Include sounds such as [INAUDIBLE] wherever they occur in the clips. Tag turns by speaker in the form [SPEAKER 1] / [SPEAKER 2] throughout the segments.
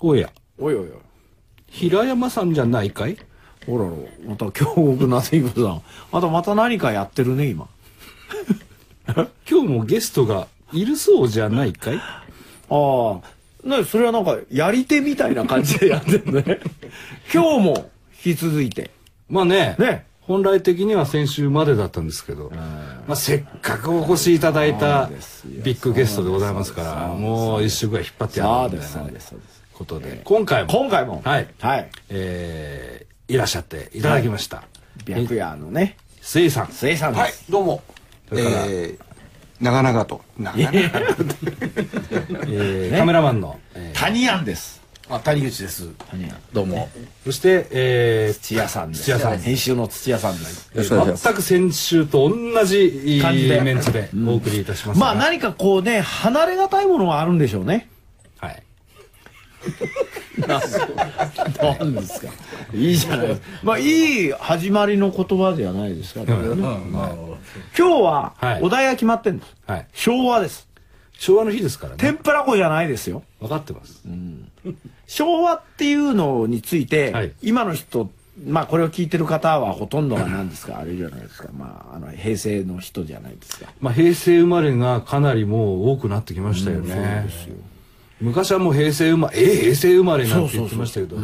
[SPEAKER 1] おや、
[SPEAKER 2] おいおいおい
[SPEAKER 1] 平山さんじゃないかい
[SPEAKER 2] おららまた京極夏彦さんあとまた何かやってるね今
[SPEAKER 1] 今日もゲストがいるそうじゃないかい
[SPEAKER 2] ああ、なそれはなんか、やり手みたいな感じでやってるね。 [LAUGHS] 今日も、引き続いて。
[SPEAKER 1] まあね、
[SPEAKER 2] ね
[SPEAKER 1] 本来的には先週までだったんですけど、まあ、せっかくお越しいただいたビッグゲストでございますから、もう一週ぐらい引っ張ってやろうみたいなね
[SPEAKER 2] そうです。
[SPEAKER 1] ことで、今回も、
[SPEAKER 2] 今回も。
[SPEAKER 1] はい、
[SPEAKER 2] はい。
[SPEAKER 1] えー、いらっしゃっていただきました。
[SPEAKER 2] 白夜のね、
[SPEAKER 1] スイさん。
[SPEAKER 2] せいさんで
[SPEAKER 3] はい
[SPEAKER 2] す。
[SPEAKER 3] どうも
[SPEAKER 1] だから
[SPEAKER 3] えー、長々と長々と
[SPEAKER 1] えーカメラマンの、えー
[SPEAKER 2] 谷庵です。
[SPEAKER 3] あ谷口です
[SPEAKER 2] 谷庵。
[SPEAKER 3] どうも
[SPEAKER 1] そして、えー
[SPEAKER 2] 土屋さんです。
[SPEAKER 1] 土屋さん
[SPEAKER 2] 編集の土屋さんです。
[SPEAKER 3] よろしくお願いします
[SPEAKER 1] 全く先週と同じ
[SPEAKER 2] 感じで
[SPEAKER 1] メンツでお送りいたしますが、
[SPEAKER 2] まあ何かこうね、離れがたいものはあるんでしょうね。
[SPEAKER 1] はい、
[SPEAKER 2] なんですか。いいじゃないですか。まあいい始まりの言葉じゃないですか。これはね今日は
[SPEAKER 1] はい、
[SPEAKER 2] お題が決まってんです。
[SPEAKER 1] はい、
[SPEAKER 2] 昭和です。
[SPEAKER 1] 昭和の日ですからね
[SPEAKER 2] 天ぷら粉じゃないですよ。
[SPEAKER 1] 分かってます、
[SPEAKER 2] 昭和っていうのについて、
[SPEAKER 1] はい
[SPEAKER 2] 今の人まあこれを聞いてる方はほとんどが何ですかあれじゃないですかまああの平成の人じゃないですか
[SPEAKER 1] まあ、平成生まれがかなりもう多くなってきましたよね、昔はもう平成生まれえー、平成生まれなんて言ってましたけど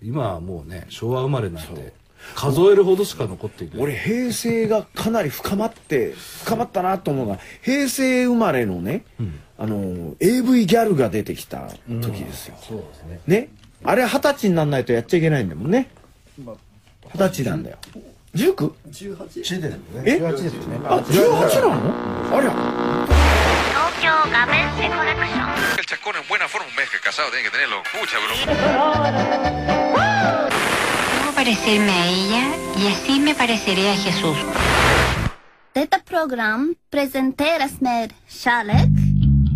[SPEAKER 1] 今はもうね昭和生まれなんて数えるほどしか残っていない
[SPEAKER 2] 俺平成がかなり深まって深まったなと思うのが平成生まれのね、あの AV ギャルが出てきた時ですよ、そうですねあれ二十歳にならないとやっちゃいけないんだもんね二十歳なんだよ 19? えあ18なのありゃ
[SPEAKER 4] 東京ガメンセコレクション
[SPEAKER 5] El chascón en buena forma, un mes que casado tiene que tenerlo. Mucha broma.
[SPEAKER 6] Debo parecerme a ella y así me pareceré a Jesús.
[SPEAKER 7] Detta program presenteras med kärlek,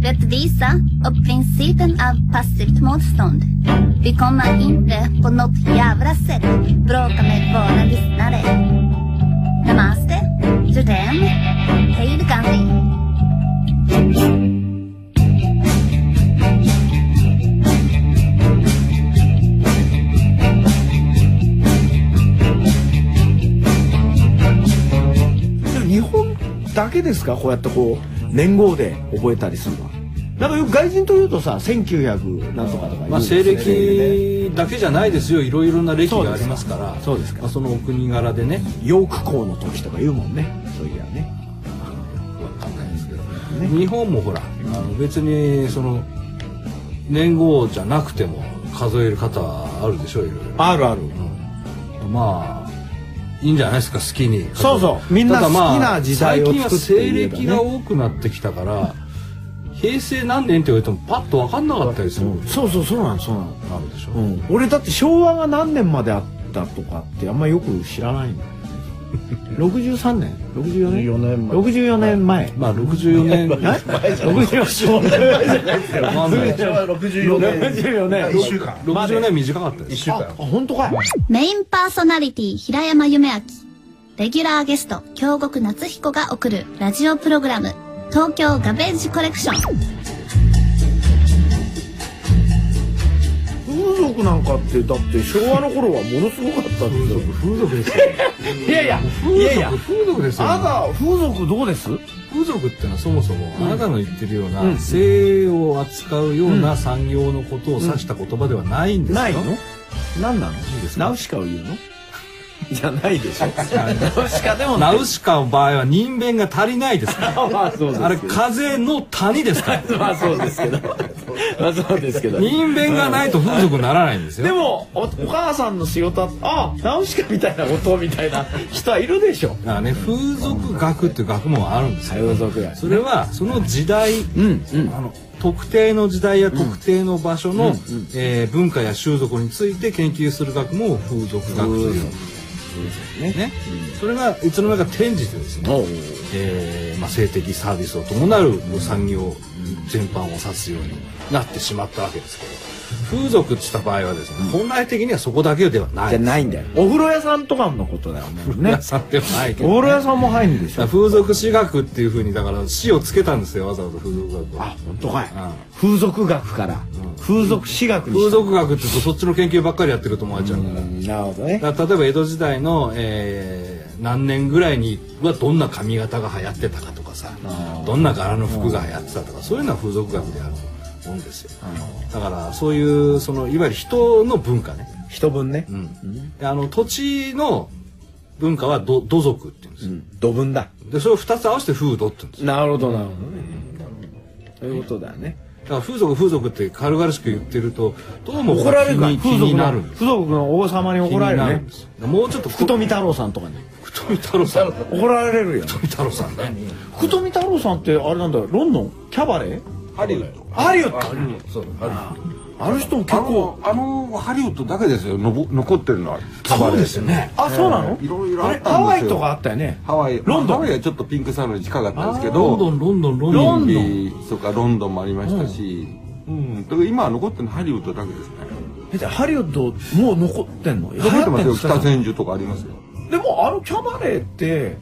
[SPEAKER 7] rättvisa och principen av passivt motstånd. Vi kommer inte på något jävla sätt bråka med våra lyssnare. Namaste, Jodem, Hej Gandhi.
[SPEAKER 2] でも日本だけですかこうやってこう年号で覚えたりするのはなんかよく外人というとさ1900なんとかとか言うんですよ
[SPEAKER 1] ま
[SPEAKER 2] ね
[SPEAKER 1] あ、西暦だけじゃないですよいろいろな歴がありますから
[SPEAKER 2] そうですかそうですか
[SPEAKER 1] まあ、そのお国柄でね
[SPEAKER 2] ヨーク校の時とか言うもんねそういやね
[SPEAKER 1] 日本もほらあの別にその年号じゃなくても数える方はあるでしょいろい
[SPEAKER 2] あるある
[SPEAKER 1] ろまあいいんじゃないですか好きに
[SPEAKER 2] そうそうみんな
[SPEAKER 1] ただ
[SPEAKER 2] 好きな時代を作って
[SPEAKER 1] 最
[SPEAKER 2] いれ
[SPEAKER 1] 近は
[SPEAKER 2] ば
[SPEAKER 1] 西暦
[SPEAKER 2] ね
[SPEAKER 1] が多くなってきたから平成何年って言われてもパッと分かんなかったりするの
[SPEAKER 2] そうそうそうなのそうなの、
[SPEAKER 1] あるでしょ、
[SPEAKER 2] うん、俺だって昭和が何年まであったとかってあんまよく知らないんだよ [LAUGHS] ね63年64年64年前64年前
[SPEAKER 1] まあ64年
[SPEAKER 2] [LAUGHS] え64年前じゃないですよ
[SPEAKER 1] わかんない
[SPEAKER 2] 64年64年
[SPEAKER 1] 60年短かったです
[SPEAKER 2] あ本当かい
[SPEAKER 7] メインパーソナリティ平山夢明。レギュラーゲスト京極夏彦が送るラジオプログラム東京ガベージコレクション。
[SPEAKER 2] 風俗なんかってだって昭和の頃はものすごかったんですよ
[SPEAKER 1] 風俗ですよ
[SPEAKER 2] いやいやいやいや
[SPEAKER 1] 風俗ですよ
[SPEAKER 2] あなた風俗どうです
[SPEAKER 1] 風俗ってのはそもそもあなたの言ってるような性を扱うような産業のことを指した言葉ではないんですよ。
[SPEAKER 2] ないの何なのナウシカを言うのじゃないでしょ [LAUGHS] ナウシカでも
[SPEAKER 1] ナウシカの場合は人弁が足りないですから。
[SPEAKER 2] まあそう
[SPEAKER 1] あれ風の谷です [LAUGHS] から。
[SPEAKER 2] [LAUGHS] まあそうですけどまあそうですけど
[SPEAKER 1] 人弁がないと風俗にならないんです
[SPEAKER 2] で
[SPEAKER 1] よ。
[SPEAKER 2] もおお母さんの仕事あナウシカみたいなことみたいな人はいるでしょ
[SPEAKER 1] だからね風俗学っていう学問はあるんですよ。
[SPEAKER 2] 風俗や
[SPEAKER 1] それはその時代、
[SPEAKER 2] うんうん
[SPEAKER 1] あの特定の時代や特定の場所の、えー文化や習俗について研究する学問を風俗学という。ね、それがいつの間にか転じてですね、えーまあ、性的サービスを伴う産業全般を指すようになってしまったわけですけど風俗って言った場合はですね本来的にはそこだけではない
[SPEAKER 2] じゃないんだよお風呂屋さんとかのことだよね
[SPEAKER 1] 皆さんではないけど
[SPEAKER 2] お風呂屋さんも入るんでしょ
[SPEAKER 1] だから風俗史学っていうふうにだから「史」をつけたんですよわざわざ風俗学を。
[SPEAKER 2] あ本当かい
[SPEAKER 1] うん
[SPEAKER 2] 風俗学から風俗史学に
[SPEAKER 1] 風
[SPEAKER 2] した
[SPEAKER 1] 俗学って言うとそっちの研究ばっかりやってる友達なんだから
[SPEAKER 2] なるほどね
[SPEAKER 1] だから例えば江戸時代の、えー何年ぐらいにはどんな髪型が流行ってたかとかさどんな柄の服が流行ってたとかそういうのは風俗学であると思うんですよだからそういうそのいわゆる人の文化ね、
[SPEAKER 2] 人分ね、
[SPEAKER 1] うん、であの土地の文化はど土族って言うんです
[SPEAKER 2] う
[SPEAKER 1] よ
[SPEAKER 2] ん、土分だ
[SPEAKER 1] でそれを2つ合わせて風土って言うんですよ
[SPEAKER 2] なるほどなるほどねそういうことだね
[SPEAKER 1] だから風俗風俗って軽々しく言ってるとどうも
[SPEAKER 2] 怒られるから
[SPEAKER 1] 気に気
[SPEAKER 2] 風
[SPEAKER 1] に
[SPEAKER 2] 俗
[SPEAKER 1] な
[SPEAKER 2] の
[SPEAKER 1] るんです
[SPEAKER 2] 風俗の王様に怒られ
[SPEAKER 1] 気にな
[SPEAKER 2] る
[SPEAKER 1] ん
[SPEAKER 2] ね
[SPEAKER 1] ですもうちょっと
[SPEAKER 2] 福富太郎さんとかに
[SPEAKER 1] 福富太郎さん福
[SPEAKER 2] 怒られるよ
[SPEAKER 1] 富太郎さんね
[SPEAKER 2] 福富太郎さんってあれなんだロンドンキャバレー
[SPEAKER 3] ハリウッド
[SPEAKER 2] ハリウッド
[SPEAKER 1] そう
[SPEAKER 2] あの人も結
[SPEAKER 3] あ
[SPEAKER 2] 構
[SPEAKER 3] のあのハリウッドだけですよのぼ残ってるのはカバレー
[SPEAKER 1] ですよね
[SPEAKER 2] あそうなの
[SPEAKER 3] いろいろ
[SPEAKER 2] あ
[SPEAKER 3] あ
[SPEAKER 2] れ
[SPEAKER 3] った
[SPEAKER 2] ハ
[SPEAKER 3] ん
[SPEAKER 2] ワ
[SPEAKER 3] で
[SPEAKER 2] イ
[SPEAKER 3] すよ
[SPEAKER 2] とかあったよね
[SPEAKER 3] ハワイ
[SPEAKER 2] ロンドン
[SPEAKER 3] ハワイはちょっとピンクサロンに近かったんですけ
[SPEAKER 1] ロンド
[SPEAKER 3] ど
[SPEAKER 1] ンロンドンロン
[SPEAKER 2] ロ
[SPEAKER 1] ド
[SPEAKER 2] ン
[SPEAKER 1] ン
[SPEAKER 2] ドン
[SPEAKER 3] えーそうかロンドンもありましたし、うんだから今は残ってるのはハリウッドだけですね
[SPEAKER 2] えでハリウッドもう残ってんの
[SPEAKER 3] 残ってますよ
[SPEAKER 2] 流行
[SPEAKER 3] 北
[SPEAKER 2] ってんの
[SPEAKER 3] 千住とかありますよ
[SPEAKER 2] でもあのキャバレーって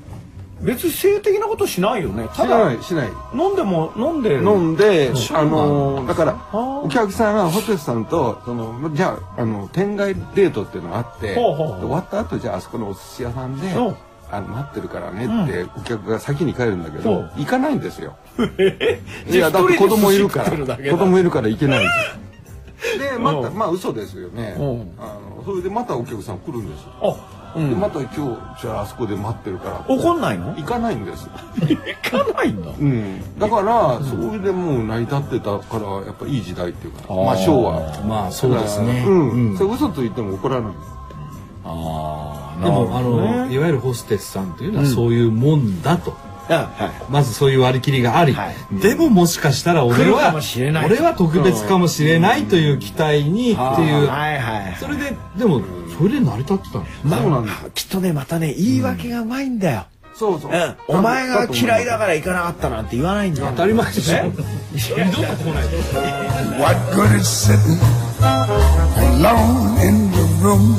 [SPEAKER 2] 別に性的なことしないよね
[SPEAKER 3] した
[SPEAKER 2] だ
[SPEAKER 3] ないしない
[SPEAKER 2] 飲んでも飲んで
[SPEAKER 3] 飲んで、
[SPEAKER 1] そう
[SPEAKER 3] あのーだから
[SPEAKER 2] ー
[SPEAKER 3] お客さんがホテルさんとそのじゃああの天外デートっていうのがあって
[SPEAKER 2] ほうほうほう
[SPEAKER 3] で終わった後じゃああそこのお寿司屋さんで
[SPEAKER 2] うん
[SPEAKER 3] あの待ってるからねって、お客が先に帰るんだけ
[SPEAKER 2] ほ
[SPEAKER 3] ど
[SPEAKER 2] う
[SPEAKER 3] 行かないんですよ。い
[SPEAKER 2] じゃあ
[SPEAKER 3] やだって子供いるか
[SPEAKER 2] 一人で寿司食ってるだ
[SPEAKER 3] ら
[SPEAKER 2] けだ
[SPEAKER 3] 子供いるから行けないんですよ。でまた
[SPEAKER 2] うん
[SPEAKER 3] まあ嘘ですよね。
[SPEAKER 2] うん
[SPEAKER 3] あのそれでまたお客さん来るんですよ。
[SPEAKER 2] あ、う
[SPEAKER 3] で
[SPEAKER 2] ん、
[SPEAKER 3] また今日じゃああそこで待ってるから
[SPEAKER 2] 怒んない
[SPEAKER 3] [LAUGHS]
[SPEAKER 2] の
[SPEAKER 3] 行かないんですよ。
[SPEAKER 2] 行かないんだ
[SPEAKER 3] うん、だから、そこでもう成り立ってたからやっぱいい時代っていうか
[SPEAKER 2] あー
[SPEAKER 3] まあ昭和
[SPEAKER 1] まあそうですね、
[SPEAKER 3] うん、
[SPEAKER 1] うん
[SPEAKER 3] それ嘘と言っても怒らない
[SPEAKER 2] あ
[SPEAKER 1] でもあの、
[SPEAKER 2] ね
[SPEAKER 1] いわゆるホステスさんというのはそういうもんだと、
[SPEAKER 2] は
[SPEAKER 1] まずそういう割り切りがあり、
[SPEAKER 2] はい
[SPEAKER 1] でももしかしたら
[SPEAKER 2] 来
[SPEAKER 1] 俺
[SPEAKER 2] るか
[SPEAKER 1] は
[SPEAKER 2] もしれない
[SPEAKER 1] 俺は特別かもしれないという期待にって
[SPEAKER 2] い
[SPEAKER 1] いう、
[SPEAKER 2] はいはい
[SPEAKER 1] それででもそれで成り立ってたの
[SPEAKER 2] ま
[SPEAKER 3] そうなんだ
[SPEAKER 2] あきっとねまたね言い訳がうまいんだよ、
[SPEAKER 3] そうそう、
[SPEAKER 2] うん、お前が嫌いだから行かなかったなんて言わないんだよ
[SPEAKER 1] 当たり前でしょ二度と来ないで
[SPEAKER 8] What good is sitting alone in the room?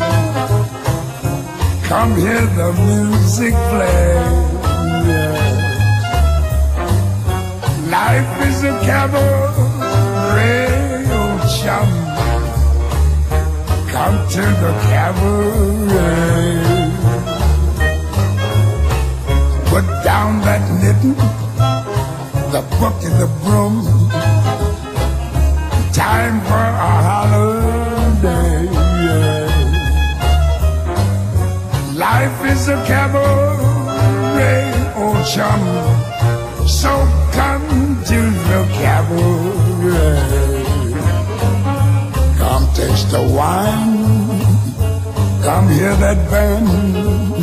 [SPEAKER 8] Come hear the music play. Life is a cabaret, oh chum. Come to the cabaret. Put down that knitting, the book and the broom. Time for a holiday. yeah. Life is a cabaret, oh chum. So come to the cabaret. Come taste the wine. Come hear that band.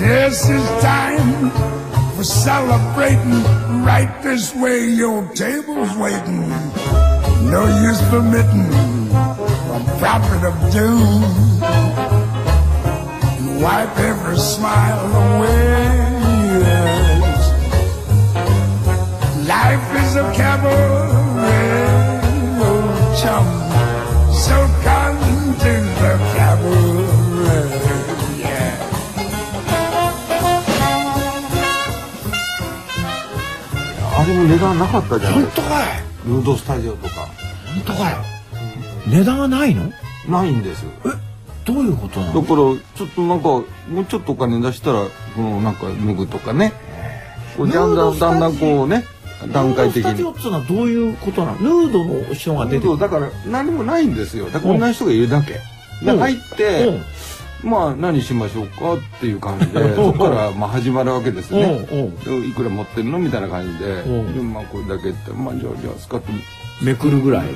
[SPEAKER 8] Yes, it's time for celebrating. Right this way, your table's waiting. No use permitting from prophet of doom. And wipe every smile away. yes. Life is a cabaret, oh chum. So come to the cabaret. Yeah.
[SPEAKER 3] あれも値段なかったじゃない
[SPEAKER 2] 本
[SPEAKER 3] です
[SPEAKER 2] 当
[SPEAKER 3] か
[SPEAKER 2] かい
[SPEAKER 3] ルードスタジオとか
[SPEAKER 2] 本当かい値段がないの
[SPEAKER 3] ないんですよ
[SPEAKER 2] えどういうことな
[SPEAKER 3] だからちょっとなんかもうちょっとお金出したらこのなんか脱ぐとかねこうだんだんだんだんこうね段階的
[SPEAKER 2] ヌードスタジオ
[SPEAKER 3] に
[SPEAKER 2] っつうのはどういうことなのヌードの人が出て
[SPEAKER 3] そ
[SPEAKER 2] く
[SPEAKER 3] う
[SPEAKER 2] る
[SPEAKER 3] だから何もないんですよだから同じ人がいるだけで
[SPEAKER 2] うん
[SPEAKER 3] 入って、
[SPEAKER 2] うん
[SPEAKER 3] まあ何しましょうかっていう感じでそこからまあ始まるわけですね。
[SPEAKER 2] うんうん
[SPEAKER 3] でいくら持ってるのみたいな感じで
[SPEAKER 2] うん
[SPEAKER 3] でまあこれだけってまあじゃあじゃあスカッと
[SPEAKER 2] めくるぐらい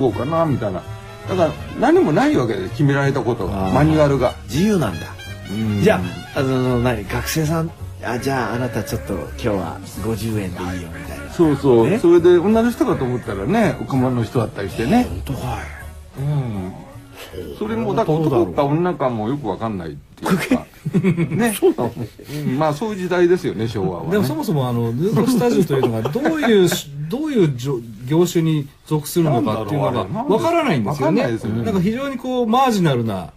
[SPEAKER 3] 動こうかなみたいなだから何もないわけで決められたこと
[SPEAKER 2] あ
[SPEAKER 3] が
[SPEAKER 2] ー
[SPEAKER 3] マニュアルが。
[SPEAKER 2] 自由なんだ
[SPEAKER 3] うん
[SPEAKER 2] じゃああの何学生さんあじゃああなたちょっと今日は50円でいいよみたいな
[SPEAKER 3] そうそう、
[SPEAKER 2] ね
[SPEAKER 3] それで女の人かと思ったらねお釜の人だったりしてね。
[SPEAKER 2] 本当かい
[SPEAKER 3] うんそれもだから男か女かもよくわかんないっていうかねうんまあそういう時代ですよね昭和は、ね、
[SPEAKER 1] でもそもそもあのヌードスタジオというのがどういうどういうじょ業種に属するのかっていうの
[SPEAKER 3] な
[SPEAKER 1] が
[SPEAKER 3] んだろうあれ
[SPEAKER 1] わからないんですよね
[SPEAKER 3] わかんないですよね
[SPEAKER 1] なんか非常にこうマージナルな、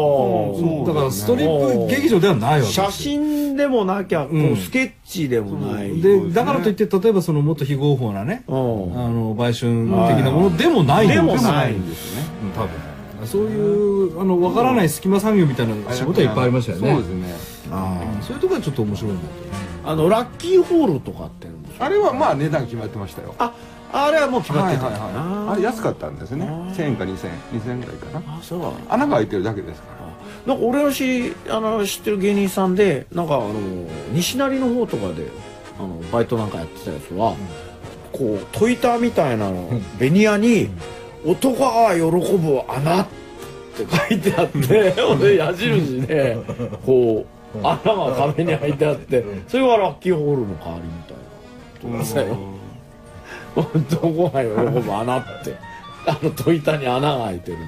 [SPEAKER 2] あ
[SPEAKER 1] だからストリップ劇場ではないわけ
[SPEAKER 2] あ
[SPEAKER 1] ですよ
[SPEAKER 2] 写真でもなきゃこ
[SPEAKER 1] うん
[SPEAKER 2] うスケッチでもない
[SPEAKER 1] でだからといって例えばそのもっと非合法なねあ
[SPEAKER 2] うん
[SPEAKER 1] の売春的なものでもないん
[SPEAKER 2] でもない
[SPEAKER 1] んですよねうん多分そういうあのわからない隙間産業みたいな仕事はいっぱいありましたよね
[SPEAKER 3] そうですね
[SPEAKER 1] うんそういうところはちょっと面白いんだ
[SPEAKER 2] あのラッキーホールとかっていうのも
[SPEAKER 3] あれはまあ値段決まってましたよ
[SPEAKER 2] ああれはもう決まってたんだな、
[SPEAKER 3] あれ安かったんですね1000円か2000円2000円ぐらいかな
[SPEAKER 2] あそうなん
[SPEAKER 3] 穴が開いてるだけですから
[SPEAKER 2] か俺の知あの知ってる芸人さんでなんかあの西成の方とかであのバイトなんかやってたやつは、こうトイターみたいなのベニヤに「男が喜ぶ穴」って書いてあって俺矢印でこう穴が壁に開いてあってそれがラッキーホールの代わりみたいな。だよ男が喜ぶ穴ってあのトイターに穴が開いてるん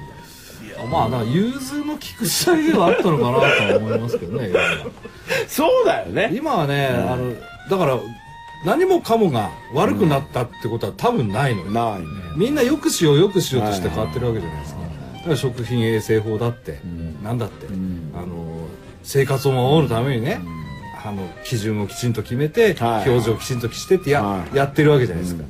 [SPEAKER 2] だよ
[SPEAKER 1] よまあなんか融通の利く時代ではあったのかなとは思いますけどね
[SPEAKER 2] そうだよね
[SPEAKER 1] [LAUGHS] 今はねあのだから何もかもが悪くなったってことは多分ないのよ
[SPEAKER 2] ないね
[SPEAKER 1] みんなよくしようよくしようとして変わってるわけじゃないですか。だから食品衛生法だって、なんだって、あの生活を守るためにね、あの基準をきちんと決めて、
[SPEAKER 2] はい
[SPEAKER 1] 表情をきちんとしてってや、
[SPEAKER 2] はい
[SPEAKER 1] やってるわけじゃないですか。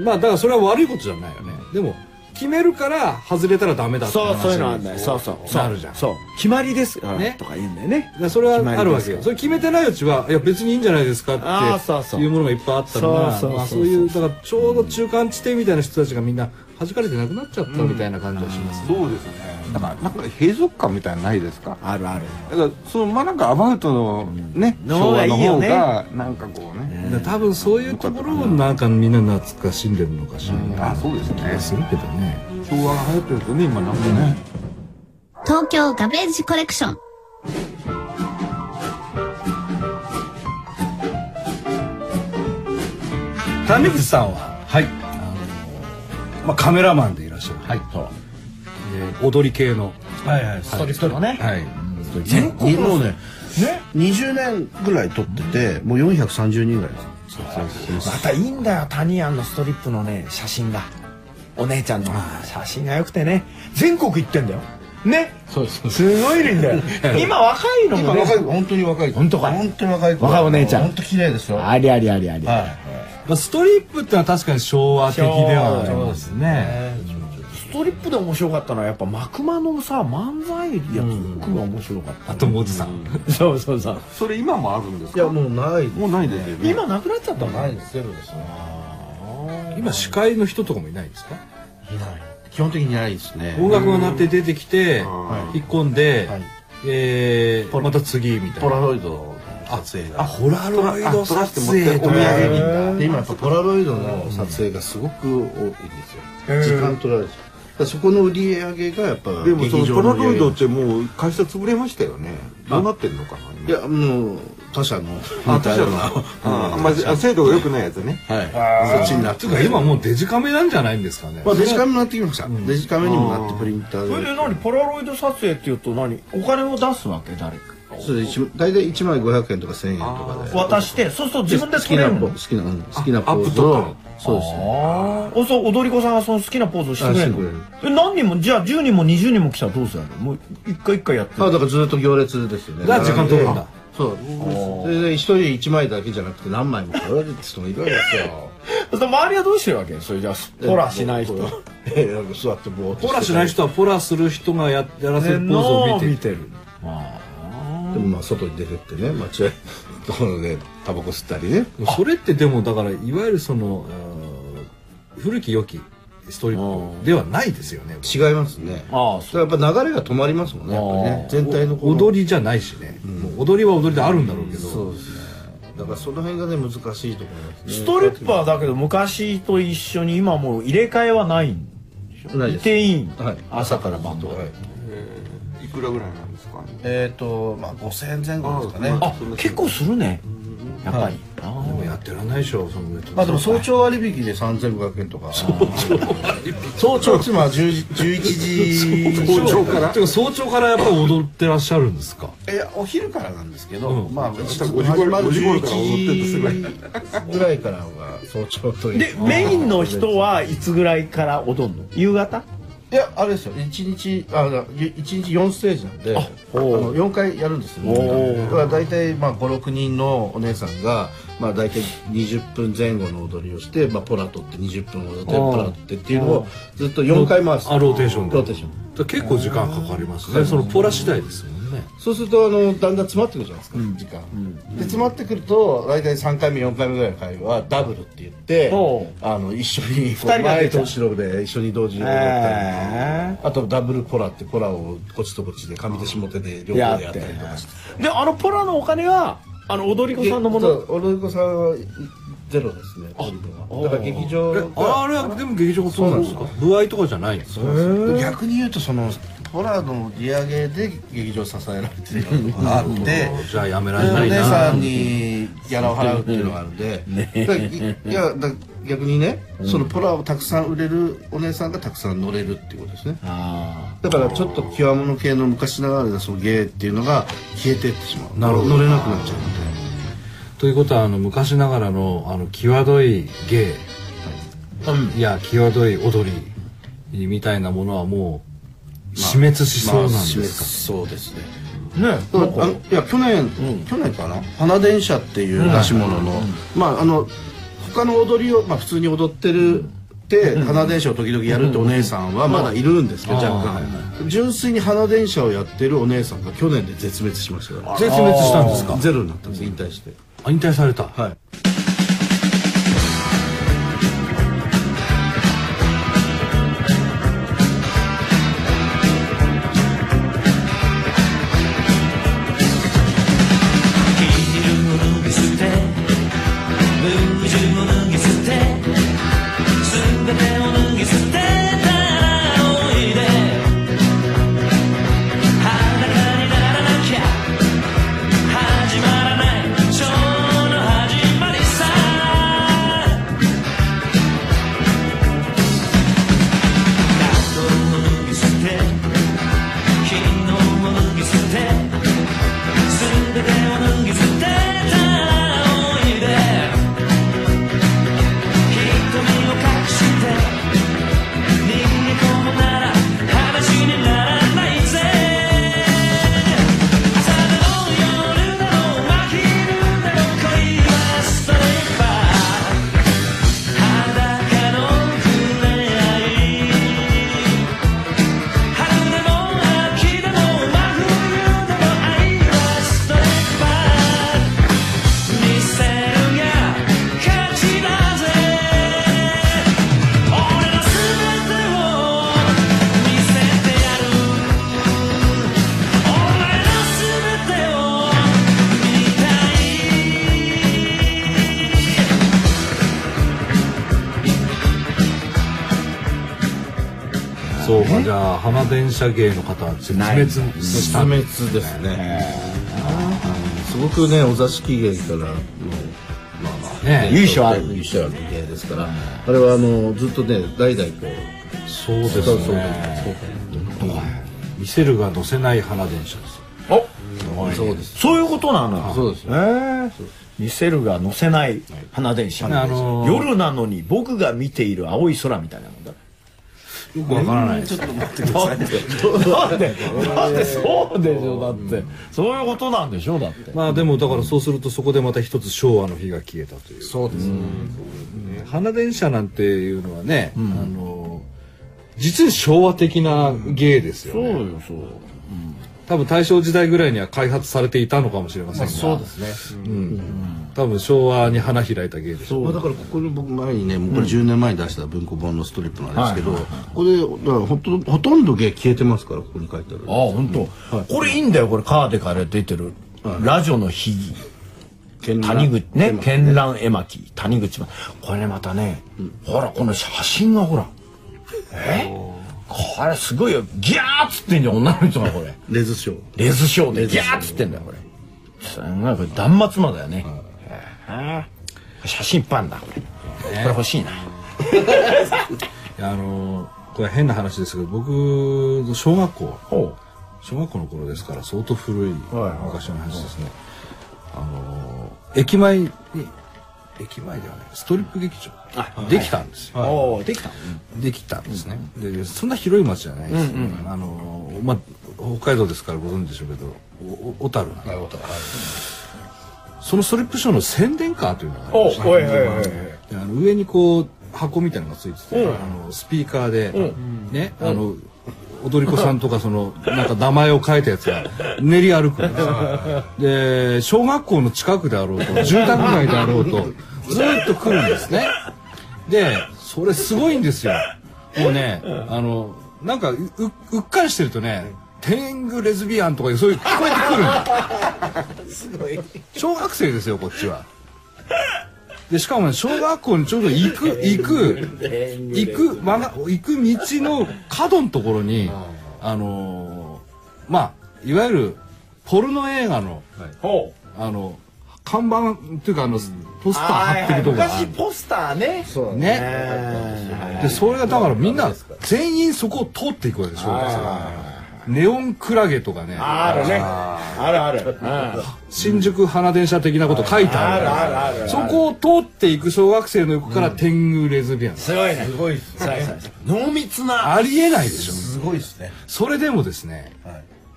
[SPEAKER 1] まあだからそれは悪いことじゃないよね。でも決めるから外れたらダメだって
[SPEAKER 2] そう
[SPEAKER 1] 話
[SPEAKER 2] そういうのあんだよそうそうそう
[SPEAKER 1] なるじゃん。
[SPEAKER 2] そう決まりです
[SPEAKER 1] ね
[SPEAKER 2] ねとか言うんだよね
[SPEAKER 1] だからそれはあるわけ
[SPEAKER 2] 決まりです
[SPEAKER 1] よ
[SPEAKER 2] よ
[SPEAKER 1] それ決めてないうちはいや別にいいんじゃないですか
[SPEAKER 2] あーそう
[SPEAKER 1] っ
[SPEAKER 2] そ
[SPEAKER 1] て
[SPEAKER 2] う
[SPEAKER 1] いうものがいっぱいあったのが
[SPEAKER 2] そうそうそうそう
[SPEAKER 1] まあそういうだからちょうど中間地点みたいな人たちがみんな弾かれてなくなっちゃったみたいな感じがしますね
[SPEAKER 3] そうですねだからなんか閉塞感みたいなのないですか
[SPEAKER 2] あるある
[SPEAKER 3] だからそのまあなんかアバウトのね、
[SPEAKER 2] うん
[SPEAKER 3] 昭和
[SPEAKER 2] の方が
[SPEAKER 3] の方
[SPEAKER 2] いいよ
[SPEAKER 3] がなんかこうね、
[SPEAKER 1] だから多分そういうところをなんかみんな懐かしんでるのかしら
[SPEAKER 3] あそうです
[SPEAKER 1] 気が
[SPEAKER 3] ね
[SPEAKER 1] するけどね
[SPEAKER 3] 昭和が流行ってるとね今なんかね、
[SPEAKER 7] 東京ガベージコレクション。
[SPEAKER 1] 谷口さんははいまあカメラマンでいらっしゃるはい踊り系の
[SPEAKER 9] はいはいストリップのね、
[SPEAKER 1] はい
[SPEAKER 9] 全国もうねね20年ぐらい撮っててもう430人ぐらい
[SPEAKER 2] またいいんだよタニアンのストリップのね写真がお姉ちゃんの写真が良くてね全国行ってんだよね
[SPEAKER 1] そうです
[SPEAKER 2] すごいん [LAUGHS] だよ今若いの
[SPEAKER 9] 今
[SPEAKER 2] も
[SPEAKER 9] 若い
[SPEAKER 2] ね
[SPEAKER 9] 子本当に若い子本当か本当に若い子
[SPEAKER 2] 若いお姉ちゃん
[SPEAKER 9] 本当綺麗ですよは
[SPEAKER 2] りありありあり
[SPEAKER 9] い
[SPEAKER 1] まあストリップってのは確かに昭和的ではありますね
[SPEAKER 2] ストリップで面白かったのはやっぱ幕間のさ漫才やつ僕が面白かった
[SPEAKER 1] あとモズさん
[SPEAKER 2] そうそうそう
[SPEAKER 3] それ今もあるんです
[SPEAKER 9] い
[SPEAKER 3] か
[SPEAKER 9] やもうない
[SPEAKER 3] もうないですよね
[SPEAKER 2] 今なくなっちゃったの
[SPEAKER 9] ないですゼロですね
[SPEAKER 1] 今司会の人とかもいないんですか
[SPEAKER 9] いない基本的にないですね
[SPEAKER 1] 音楽が鳴って出てきて
[SPEAKER 9] は
[SPEAKER 1] 引っ込んで
[SPEAKER 9] はい
[SPEAKER 1] えーまた次みた
[SPEAKER 9] ポ
[SPEAKER 1] い
[SPEAKER 9] ラ
[SPEAKER 1] な
[SPEAKER 9] ロイドの撮影が
[SPEAKER 1] ホラロイド
[SPEAKER 3] 撮らせて
[SPEAKER 1] 撮
[SPEAKER 3] もらっ
[SPEAKER 1] 影
[SPEAKER 3] てお土産に
[SPEAKER 9] で今やっぱポラロイドの撮影がすごく多いんですよ、時間取られちゃうだからそこの売り上げがやっぱ
[SPEAKER 3] でもその
[SPEAKER 9] 劇
[SPEAKER 3] ポ
[SPEAKER 9] 場
[SPEAKER 3] ラ
[SPEAKER 9] の売り
[SPEAKER 3] ロ
[SPEAKER 9] 上
[SPEAKER 3] イ
[SPEAKER 9] げ
[SPEAKER 3] ドってもう会社潰れましたよねどうなってんのかない今
[SPEAKER 9] やもう他社の
[SPEAKER 3] あ確かに
[SPEAKER 9] うん
[SPEAKER 3] あんまりあ精度が良くないやつね
[SPEAKER 9] はいそっちになって
[SPEAKER 1] ていうか今もうデジカメなんじゃないんですかね
[SPEAKER 9] まあデジカメになってきました、デジカメにもなってプリンター
[SPEAKER 2] それで
[SPEAKER 9] で
[SPEAKER 2] 何ポラロイド撮影っていうと何お金を出すわけ誰か
[SPEAKER 9] それで一大体1枚500円とか1000円とかで
[SPEAKER 2] 渡してそうすると自分で好
[SPEAKER 9] 好
[SPEAKER 2] き
[SPEAKER 9] き
[SPEAKER 2] な
[SPEAKER 9] な
[SPEAKER 2] の
[SPEAKER 9] ポ好きなうん好きなポ
[SPEAKER 3] アッ
[SPEAKER 9] ー
[SPEAKER 3] プ
[SPEAKER 9] ズ
[SPEAKER 3] とか
[SPEAKER 9] をそうですね
[SPEAKER 2] おそう踊り子さんがその好きなポーズをしてくれるの
[SPEAKER 9] あして
[SPEAKER 2] え何人もじゃあ10人も20人も来たらどうするのもう一回一回やって
[SPEAKER 9] あだからずっと行列ですよね
[SPEAKER 1] だから時間取るんだ
[SPEAKER 9] そうそれで一人一枚だけじゃなくて何枚も取られる人もいるわけですよ
[SPEAKER 2] そ周りはどうしてるわけそれじゃあポラしない人
[SPEAKER 9] ええなんか座ってぼーっと
[SPEAKER 1] ポラしない人はポラする人がややらせるポーズを見て
[SPEAKER 2] てる
[SPEAKER 9] でもまあ外に出てってね街へ [LAUGHS] ところでタバコ吸ったりね
[SPEAKER 1] それってでもだからいわゆるそのあー古き良きストリップではないですよね
[SPEAKER 9] 違いますね
[SPEAKER 2] ああ
[SPEAKER 9] それはやっぱ流れが止まりますもんねやっぱりね全体のこの
[SPEAKER 1] 踊りじゃないしね、もう踊りは踊りであるんだろうけど、
[SPEAKER 9] そうですねだからその辺がね難しいところなんですね
[SPEAKER 2] ストリッパーだけど昔と一緒に今もう入れ替えはないん
[SPEAKER 9] ない
[SPEAKER 2] い
[SPEAKER 9] です
[SPEAKER 2] ていいん
[SPEAKER 9] はい
[SPEAKER 2] 朝から晩とか
[SPEAKER 9] はい
[SPEAKER 3] いくらぐらいなんですか
[SPEAKER 9] えっ、とまあ5000円前後ですかね
[SPEAKER 2] あ結構するねやっぱりあ
[SPEAKER 1] やっってらんないでしょそのネット
[SPEAKER 9] まあでも早朝割引で3500円とか早朝早朝つまり10時11時
[SPEAKER 1] 早朝からてか早朝からやっぱ踊ってらっしゃるんですか
[SPEAKER 9] えお昼からなんですけど、
[SPEAKER 1] うん
[SPEAKER 9] まあ始
[SPEAKER 3] 5時頃
[SPEAKER 9] まる
[SPEAKER 3] 5時頃から
[SPEAKER 9] 11時ぐらいからは早朝という
[SPEAKER 2] でメインの人はいつぐらいから踊んの夕方
[SPEAKER 9] いやあれですよ一日あ一日4ステージなんであ
[SPEAKER 2] ほう
[SPEAKER 9] の4回やるんですよ
[SPEAKER 2] おう
[SPEAKER 9] だから大体まあ56人のお姉さんがまあ大体20分前後の踊りをして、まあ、ポラ取って20分踊ってポラ取ってっていうのをずっと4回回す
[SPEAKER 1] あローテーションで
[SPEAKER 9] ローテーション
[SPEAKER 1] だから結構時間かかりますねそのポラ次第ですもんね
[SPEAKER 9] そうするとあのだんだん詰まってくるじゃないですか、時間、で詰まってくると大体3回目4回目ぐらいの回はダブルって言って
[SPEAKER 2] ほ
[SPEAKER 9] あの一緒に
[SPEAKER 2] 人が出
[SPEAKER 9] 前
[SPEAKER 2] ちゃ
[SPEAKER 9] と
[SPEAKER 2] う
[SPEAKER 9] 後ろで一緒に同時に踊ったりあとダブルポラってポラをこっちとこっちで上手下手で両方でやったりとかして
[SPEAKER 2] であのポラのお金はあの踊り子さんのもの
[SPEAKER 9] おろこさんはいゼロですね取るのはだから劇場
[SPEAKER 1] えあれはでも劇場もそうなんですか部合とかじゃないんですか
[SPEAKER 9] が逆に言うとそのポラの売り上げで劇場支えられてるのがあって
[SPEAKER 1] じゃあやめられ
[SPEAKER 9] お
[SPEAKER 1] ない
[SPEAKER 9] 姉
[SPEAKER 1] な
[SPEAKER 9] さんにギャラを払うっていうのがあるんで、だいいやだ逆にね、そのポラをたくさん売れるお姉さんがたくさん乗れるっていうことですねだからちょっと極物系の昔ながらのその芸っていうのが消えてってしまう
[SPEAKER 1] なるほど
[SPEAKER 9] 乗れなくなっちゃうので
[SPEAKER 1] ということはあの昔ながらのあの際どい芸、いや際どい踊りみたいなものはもう死滅しそうなんで
[SPEAKER 9] まあ
[SPEAKER 1] すか、
[SPEAKER 9] そうですね
[SPEAKER 2] ね
[SPEAKER 9] あのいや去年、去年かな花電車っていう出し物の、まああの他の踊りを、まあ、普通に踊ってるで、花電車を時々やるってお姉さんはまだいるんですけど、若干、純粋に花電車をやってるお姉さんが去年で絶滅しましたから
[SPEAKER 1] 絶滅したんですか
[SPEAKER 9] ゼロになったんです引退して
[SPEAKER 1] あ引退された、
[SPEAKER 9] はい
[SPEAKER 1] そうかじゃあ花電車芸の方は絶滅した
[SPEAKER 9] 絶滅ですねすごくねお座敷芸からのまあまあ
[SPEAKER 1] ね
[SPEAKER 2] 由緒ある
[SPEAKER 9] 由緒ある芸ですからあれはあのずっとね代々こう
[SPEAKER 1] そうですね
[SPEAKER 9] そうそうそう
[SPEAKER 1] 見せるが乗せない花電車です
[SPEAKER 9] そうです
[SPEAKER 2] そういうことなのよ
[SPEAKER 9] そうですよ
[SPEAKER 2] ええ見せるが乗せない花電車、
[SPEAKER 1] あのー
[SPEAKER 2] 夜なのに僕が見ている青い空みたいなもんだ
[SPEAKER 1] よくわからないです
[SPEAKER 2] なんでなんでなんでそうでしょだってそういうことなんでしょだって
[SPEAKER 1] まあでもだからそうするとそこでまた一つ昭和の日が消えたという
[SPEAKER 9] そうです
[SPEAKER 1] ね花電車なんていうのはね、あの実に昭和的な芸ですよね
[SPEAKER 2] よそう
[SPEAKER 1] 多分大正時代ぐらいには開発されていたのかもしれませんが、
[SPEAKER 9] そうですね
[SPEAKER 1] 多分昭和に花開いた芸でしょ
[SPEAKER 9] まあだからここに僕前にねもうこれ10年前に出した文庫本のストリップなんですけどこれだからほとほとんど芸消えてますからここに書いてある
[SPEAKER 2] あ本当、これいいんだよこれカーデから出てる、ラジオの秘技
[SPEAKER 9] 県内
[SPEAKER 2] 谷口ね絢爛絵巻谷口まこれねまたね、ほらこの写真がほらえこれすごいよギャーっつってんじゃん女の人がこれ
[SPEAKER 9] レズショー
[SPEAKER 2] レズショーでギャーっつってんだよこれすごいこれ断末魔だよね、へえ写真いっぱいあんだこれ、これ欲しいな
[SPEAKER 1] あのーこれ変な話ですけど僕小学校
[SPEAKER 2] お
[SPEAKER 1] 小学校の頃ですから相当古い
[SPEAKER 2] はいはい
[SPEAKER 1] 昔の話ですね、あのー駅前に駅前ではねストリップ劇場できたんですよ、
[SPEAKER 2] おできた
[SPEAKER 1] できたんですね、でそんな広い町じゃないです、あのーまあ北海道ですからご存知でしょうけどおお小樽なんでそのストリップショーの宣伝カーというのがありました
[SPEAKER 2] おはいはいはいはい
[SPEAKER 1] であの上にこう箱みたいなのがついてて、あのスピーカーで、ね、あの踊り子さんとかそ
[SPEAKER 2] [LAUGHS]
[SPEAKER 1] のなんか名前を書いたやつが練り歩くんですよ
[SPEAKER 2] [LAUGHS]
[SPEAKER 1] で小学校の近くであろうと住宅街であろうとずーっと来るんですねでそれすごいんですよもうねあのなんかううっかりしてるとね天狗レズビアンとかそういう聞こえてくるの小学生ですよこっちはでしかもね小学校にちょうど行く [LAUGHS] 行く [LAUGHS] 行く曲が行く道の角のところにあのーまあいわゆるポルノ映画の
[SPEAKER 2] お
[SPEAKER 1] あの看板っていうかあのポスター貼ってるとこがあ
[SPEAKER 2] 昔
[SPEAKER 1] る
[SPEAKER 2] ポスターねそう
[SPEAKER 1] ねでそれがだからみんな全員そこを通っていくわけで小学生がネオンクラゲとかね
[SPEAKER 2] あるねあるあるあ
[SPEAKER 1] 新宿花電車的なこと書いてある
[SPEAKER 2] るあるある
[SPEAKER 1] そこを通っていく小学生の横から天狗レズビアン、
[SPEAKER 2] すごいねすごい濃密な
[SPEAKER 1] ありえないでしょ
[SPEAKER 10] すごいですね。
[SPEAKER 1] それでもですね、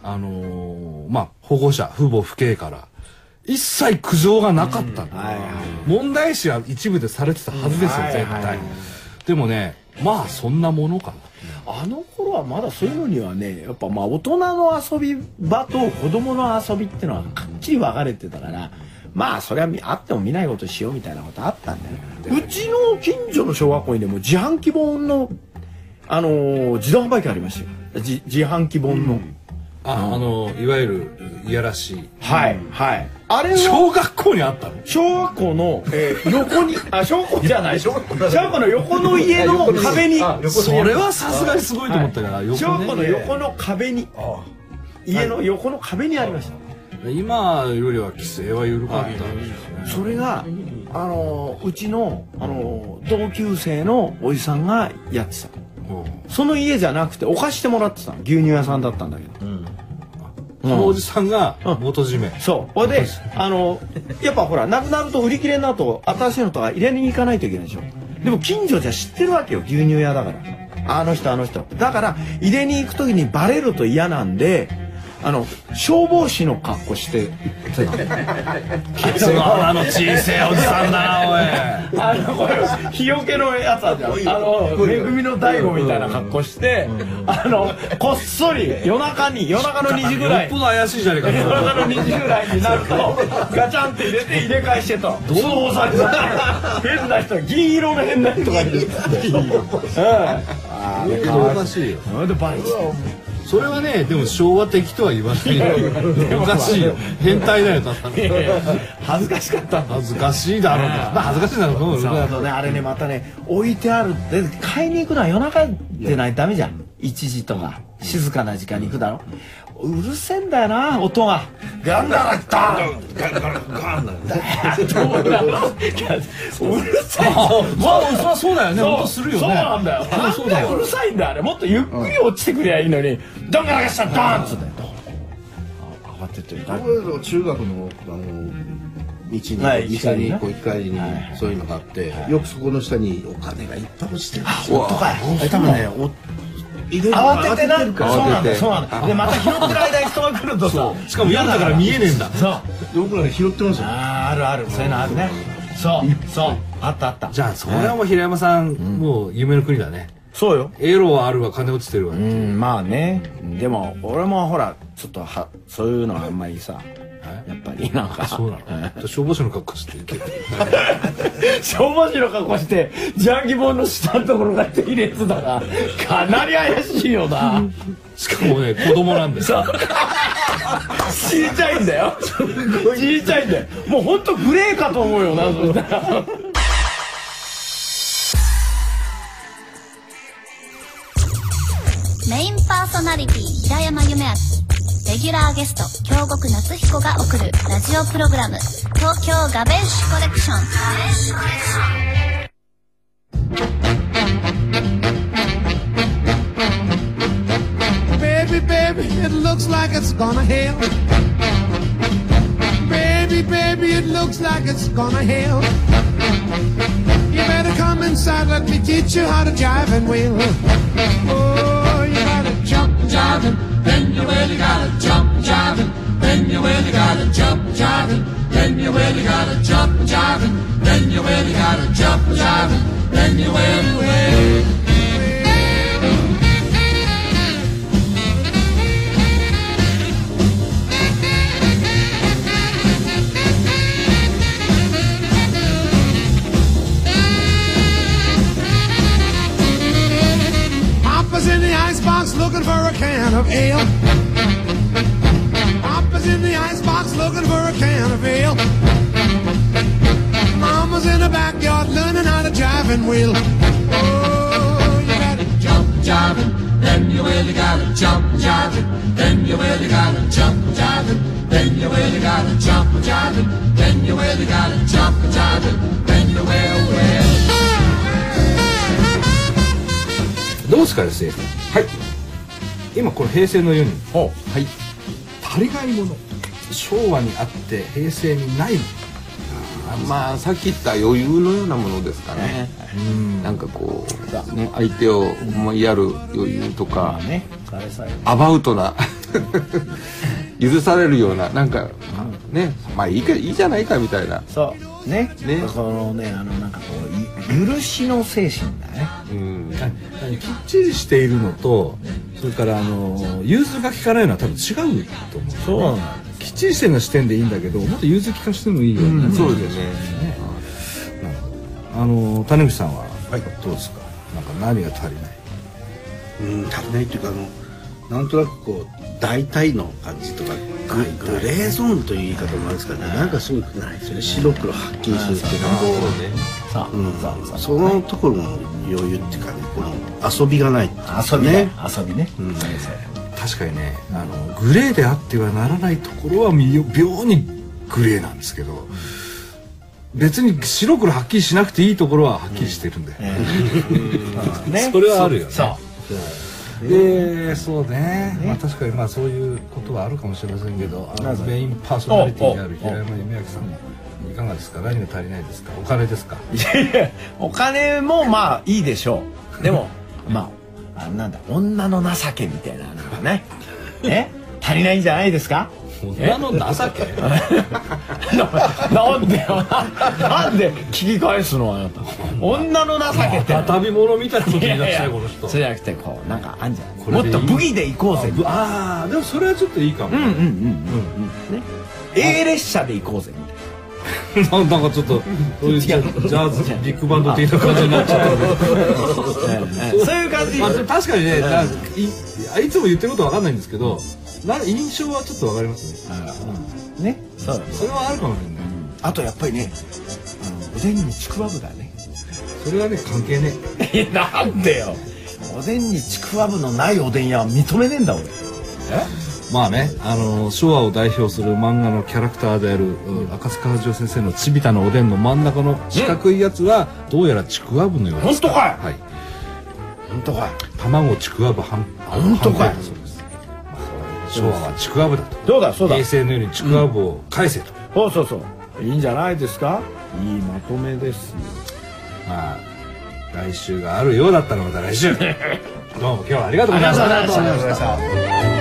[SPEAKER 1] あのーまあ保護者父母父兄から一切苦情がなかった、問題視は一部でされてたはずですよ、絶対、でもねまあそんなものか
[SPEAKER 2] あの頃はまだそういうのにはねやっぱまあ大人の遊び場と子供の遊びってのはかっちり分かれてたからまあそれはあっても見ないことしようみたいなことあったんだよねうちの近所の小学校にでも自販機本のあのー自動販売機ありましたよ自自販機本の、
[SPEAKER 1] なあ、あのーいわゆるいやらしい
[SPEAKER 2] はいはいあれは
[SPEAKER 1] 小学校にあったの
[SPEAKER 2] 小学校の、えー横にあ小学校じゃない小学校の横の家の壁に
[SPEAKER 1] それはさすがにすごいと思ったから、横ね
[SPEAKER 2] 小学校の横の壁に家の横の壁にありました
[SPEAKER 1] 今よりは規制は緩かったんですよね
[SPEAKER 2] それがあのーうちのあのー同級生のおじさんがやってた
[SPEAKER 1] うん
[SPEAKER 2] その家じゃなくてお菓子してもらってたの牛乳屋さんだったんだけど、
[SPEAKER 1] そのおじさんが元締め、
[SPEAKER 2] そうほいであのーやっぱほらなくなると売り切れになると新しいのとか入れに行かないといけないでしょでも近所じゃ知ってるわけよ牛乳屋だからあの人あの人だから入れに行く時にバレると嫌なんであの消防士の格好して
[SPEAKER 1] そのあの小せえおじさんだなおい
[SPEAKER 2] あのこれ日よけのやつあるじゃんあの恵みの大悟みたいな格好してあのこっそり夜中に夜中の2時ぐら
[SPEAKER 1] よっ
[SPEAKER 2] い
[SPEAKER 1] ぽど怪しいじゃねえか
[SPEAKER 2] 夜中の2時ぐらいになるとガチャンって入れて入れ替えしてとどうもされた変な人銀色の変な人がいる [LAUGHS]
[SPEAKER 1] おかしいよ
[SPEAKER 2] うんでバレちゃう
[SPEAKER 1] それはねでも昭和的とは言わないよおかしいよ変態だよだったら
[SPEAKER 2] 恥ずかしかったんだ
[SPEAKER 1] 恥ずかしいだろうなまあ恥ずかしいだろうな俺
[SPEAKER 2] そう
[SPEAKER 1] は
[SPEAKER 2] そうねあれねまたね置いてあるで買いに行くのは夜中でないとダメじゃん1時とか静かな時間に行くだろうるせえんだよな音がガンダラッタンガンガンガンだよどうなのうるさい
[SPEAKER 1] まあそりゃそうだよね
[SPEAKER 2] そ
[SPEAKER 1] 音
[SPEAKER 2] う
[SPEAKER 1] するよね
[SPEAKER 2] そうなんだよなんでうるさいんだあれもっとゆっくり落ちてくりゃいいのにドンガラガシャンドーンっつって慌ててる
[SPEAKER 9] 僕の中学のあの道に、
[SPEAKER 2] はい
[SPEAKER 9] 道
[SPEAKER 2] 光
[SPEAKER 9] に
[SPEAKER 2] ね
[SPEAKER 9] こう一回にそういうのがあって、よくそこの下にお金がいっぱい落ちてるんですよ。
[SPEAKER 2] とか
[SPEAKER 9] あれ多分ね、お入れる
[SPEAKER 2] 慌ててなそう
[SPEAKER 9] から
[SPEAKER 2] なんだよそう
[SPEAKER 9] 慌
[SPEAKER 2] なんだよでまた拾ってる間に人が来るとさ
[SPEAKER 1] しかも夜だから見えねえんだ
[SPEAKER 2] そう
[SPEAKER 9] ててで僕ら拾ってますよ。
[SPEAKER 2] あーあるあるそういうのあるねそうそうあったあった
[SPEAKER 1] じゃあそれはもう平山さんもう夢の国だね
[SPEAKER 2] そうよ
[SPEAKER 1] エロはあるわ金落ちてるわ
[SPEAKER 2] うんまあねでも俺もほらちょっとはそういうのはあんまりさやっぱりなんか
[SPEAKER 1] そうなのじゃあ消防署の格好していける
[SPEAKER 2] 消防士の格好してジャンギボンの下のところが手入れてたらかなり怪しいよな
[SPEAKER 1] しかもね子供なんだよ
[SPEAKER 2] そうちいちゃいんだよちいちゃいんだよもうほんとグレーかと思うよなそしたら
[SPEAKER 7] メインパーソナリティ平山夢明。レギュラーゲスト京極夏彦が送るラジオプログラム「東京ガベッシュコレクション」
[SPEAKER 10] Baby, baby, it looks like it's gonna hail. Baby, baby, it looks like it's gonna hail. You better come inside, let me teach you how to jive and wheel. Oh, you gotta jump jiving, then you really gotta jump jiving, then you really gotta jump jiving, then you really gotta jump jiving, then you really gotta jump jiving, then you really, really. Papa's in the icebox looking for a can of ale. Papa's in the icebox looking for a can of ale. Mama's in the backyard learning how to jive and wheel. Oh, you gotta jump jiving, then you really gotta jump jiving, then you really gotta jump jiving, then you really gotta jump jiving, then you really gotta jump jiving, then you will will.
[SPEAKER 1] どうですかですねはい今この平成の世にはい足りないもの昭和にあって平成にないも
[SPEAKER 3] まあさっき言った余裕のようなものですかね、なんかこう、ね、相手を思いやる余裕とか、アバウトな [LAUGHS] 許されるようななんかねまあいいかいいじゃないかみたいな、
[SPEAKER 2] そうね
[SPEAKER 3] ね
[SPEAKER 2] このねあのなんかこうい許しの精神だね
[SPEAKER 3] うん、
[SPEAKER 1] のきっちりしているのとそれからあの融通が利かないのは多分違うと思うそうきっちりしてるのは視点でいいんだけどもっと融通利かしてもいいようになる
[SPEAKER 3] そうですね
[SPEAKER 1] あの谷口さんはどうですか、なんか何が足りない
[SPEAKER 9] うん足りないっていうかあのなんとなくこう大体の感じとかググレーゾーンという言い方もあるんですからねなんかすごくないですよね白黒はっきりするっていうかこ
[SPEAKER 2] さあ、
[SPEAKER 9] う、うん、そのところの余裕っていうかねこの遊びがないっていうか
[SPEAKER 2] 遊びね
[SPEAKER 9] ね
[SPEAKER 2] 遊びね、
[SPEAKER 9] うん
[SPEAKER 2] そうそう
[SPEAKER 1] 確かにねあのグレーであってはならないところは妙妙にグレーなんですけど別に白黒はっきりしなくていいところははっきりしてるんで、
[SPEAKER 2] ね
[SPEAKER 1] それはあるよね
[SPEAKER 2] そう
[SPEAKER 1] でそうねまあ、確かにまあそういうことはあるかもしれませんけどあのメインパーソナリティである平山夢明さんいかがですか何が足りないですかお金ですか
[SPEAKER 2] いやお金もまあいいでしょうでもまああのなんだ女の情けみたいなのがねね足りないんじゃないです [LAUGHS] か
[SPEAKER 1] 女の情け
[SPEAKER 2] ななんでよなんで聞き返すのあなた女の情けっ
[SPEAKER 1] [LAUGHS]
[SPEAKER 2] て
[SPEAKER 1] 畳物みたいなこと言い出したいこの人
[SPEAKER 2] そうじゃなくてこうなんかあんじゃない
[SPEAKER 1] これ
[SPEAKER 2] も
[SPEAKER 1] で
[SPEAKER 2] っ
[SPEAKER 1] いい
[SPEAKER 2] と武器で行こうぜみたいな
[SPEAKER 1] ああでもそれはちょっといいかも、
[SPEAKER 2] うんうんうんうんね A 列車で行こうぜみたい
[SPEAKER 1] [LAUGHS] なんかちょっとそういうジャジャズビッグバンド的な感じになっちゃってる
[SPEAKER 2] なええそういう感じ
[SPEAKER 1] まあ、でも確かにね、なんかいあいつも言ってることわかんないんですけど、な印象はちょっとわかりますね。
[SPEAKER 2] ねそうだね
[SPEAKER 1] それはあるかもしれない。
[SPEAKER 2] あとやっぱりねあのおでんにちくわぶだね
[SPEAKER 1] それはね関係ねえ。
[SPEAKER 2] えなんでよおでんにちくわぶのないおでん屋は認めねえんだ俺
[SPEAKER 1] まあね、あの昭和を代表する漫画のキャラクターである、うん、赤塚不二夫先生のちびたのおでんの真ん中の四角いやつは、どうやらちくわぶのようです。
[SPEAKER 2] 本当かい
[SPEAKER 1] はい。
[SPEAKER 2] 本当かい
[SPEAKER 1] 卵ちくわぶ半
[SPEAKER 2] 本当かい
[SPEAKER 1] 半分だそうです。まあ昭和はちくわぶだと。
[SPEAKER 2] そうだそうだ
[SPEAKER 1] 平成のようにちくわぶを返せと。
[SPEAKER 2] そうそうそういいんじゃないですかいいまとめですよ
[SPEAKER 1] まあ [LAUGHS] 来週があるようだったらまた来週どうも今日はありがとうございました
[SPEAKER 2] ありがとうございました